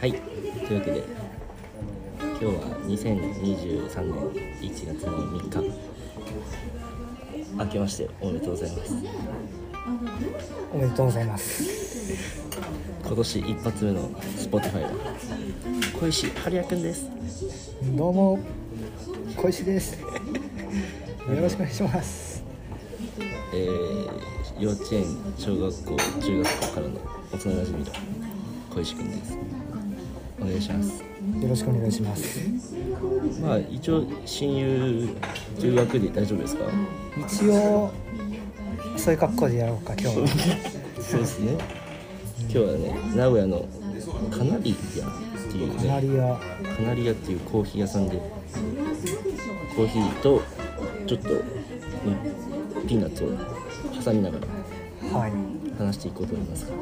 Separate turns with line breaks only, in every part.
はい、というわけで今日は2023年1月の3日明けましておめでとうございます
おめでとうございます
今年一発目の Spotify は小石春也くんです
どうも小石ですよろしくお願いします
えー、幼稚園小学校中学校からの幼なじみの小石くんですお願いします
よろしくお願いします
まあ一応親友という枠で大丈夫ですか
一応そういう格好でやろうか今日は
そうですね今日はね名古屋のカナリアっていう
カ
ね
ナリア
カナリアっていうコーヒー屋さんでコーヒーとちょっと、ね、ピーナッツを挟みながら
はい
話していこうと思いますが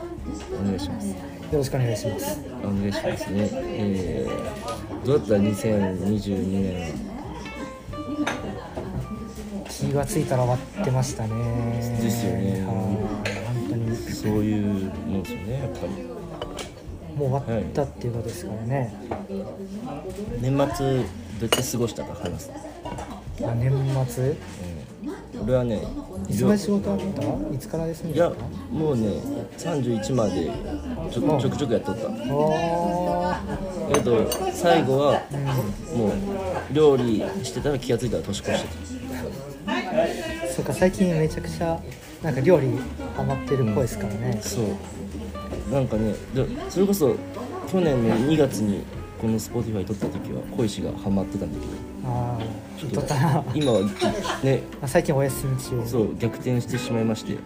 お願いします
よろしくお願いします
お願いしますねえー、どうだった2022年
気がついたら終わってましたね
ですよね
はい本当に
そういうもんですよねやっぱり
もう終わったっていうことですからね、
年末どうやって過ごしたか話す、
あ年末
うん、俺はね
いつまで仕事あったいつからですね
いやもうね31までちょちょくちょくやっとった
お
けど最後はもう料理してたら気が付いたら年越して
そうか最近めちゃくちゃなんか料理ハマってるっぽいですからね
た、そうなんかねでそれこそ去年の2月にこの Spotify 撮った時は小石がハマってたんだけ
ああ
ど
とったな
今はね
まあ最近お休み中
そう逆転してしまいまして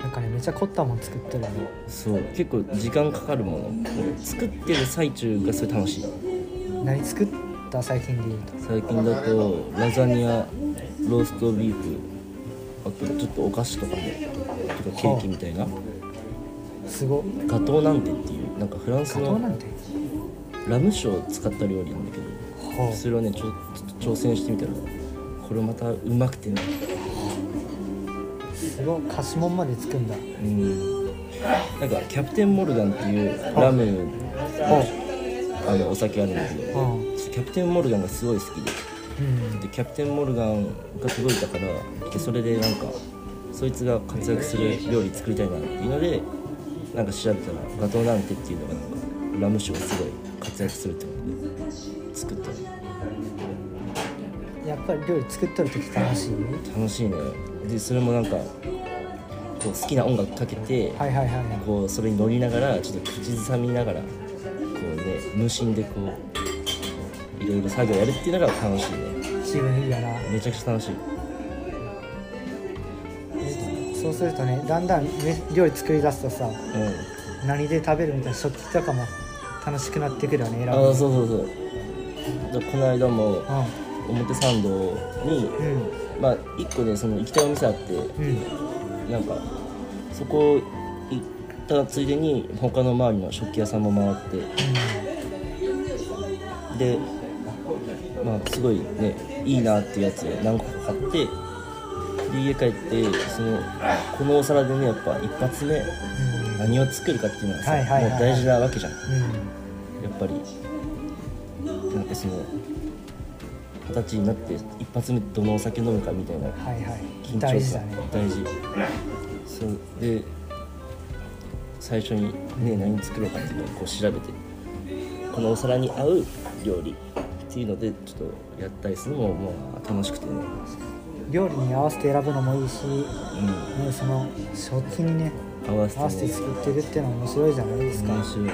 なんかねめっちゃ凝ったもん作ってるの
そう結構時間かかるもの作ってる最中がそれ楽しい
何作った最近で言うと
最近だとラザニアローストビーフあとちょっとお菓子とかねとかケーキみたいな
すごっ
ガトーなんてっていうなんかフランス
ガトーな
の
んて
ラム酒を使った料理なんだけ
ほ
どそれをねちょちょっと挑戦してみたらこれまたうまくてね
うすごっ菓子もんまで作るんだ
うんなんかキャプテンモルガンっていうラムのあのお酒あるんだけど
ほううん
キャプテンモルガンがすごい好きででキャプテンモルガンが届いたからでそれでなんかそいつが活躍する料理作りたいなっていうのでなんか調べたらガトーナンテっていうのがなんかラム酒がすごい活躍するってことで作った
やっぱり料理作っとる時楽しい
楽しいねでそれもなんかこう好きな音楽かけて
はいはいはい
こうそれに乗りながらちょっと口ずさみながらこうね無心でこういろいろ作業やるっていうのが楽しいね
気分いいやな
めちゃくちゃ楽しい
そうするとねだんだんめ料理作り出すとさ
うん
何で食べるみたいな食器とかも楽しくなってくるよね選ぶ
ああそうそうそうだこの間も
う
表参道に
んうん
まあ一個ねその行きたいお店あって
うん
なんかそこ行ったついでに他の周りの食器屋さんも回ってでまあすごいねいいなっていうやつを何個か買ってで家帰ってそのこのお皿でねやっぱ一発目何を作るかっていうのはさ、
はいはいはい
もう大事なわけじゃん
う
やっぱりなんかその二十歳になって一発目どのお酒飲むかみたいなん
はいは
緊張感
い大事だね
大事そうで最初にね何作ろうかっていうのをこう調べてこのお皿に合う料理っていうのでちょっとやったりするのももう楽しくてね
料理に合わせて選ぶのもいいし、ね、
う
その食器にね
ん合わせ
合わせ
て
て
ね
作っていくっていうのは面白いじゃないですか、
面白い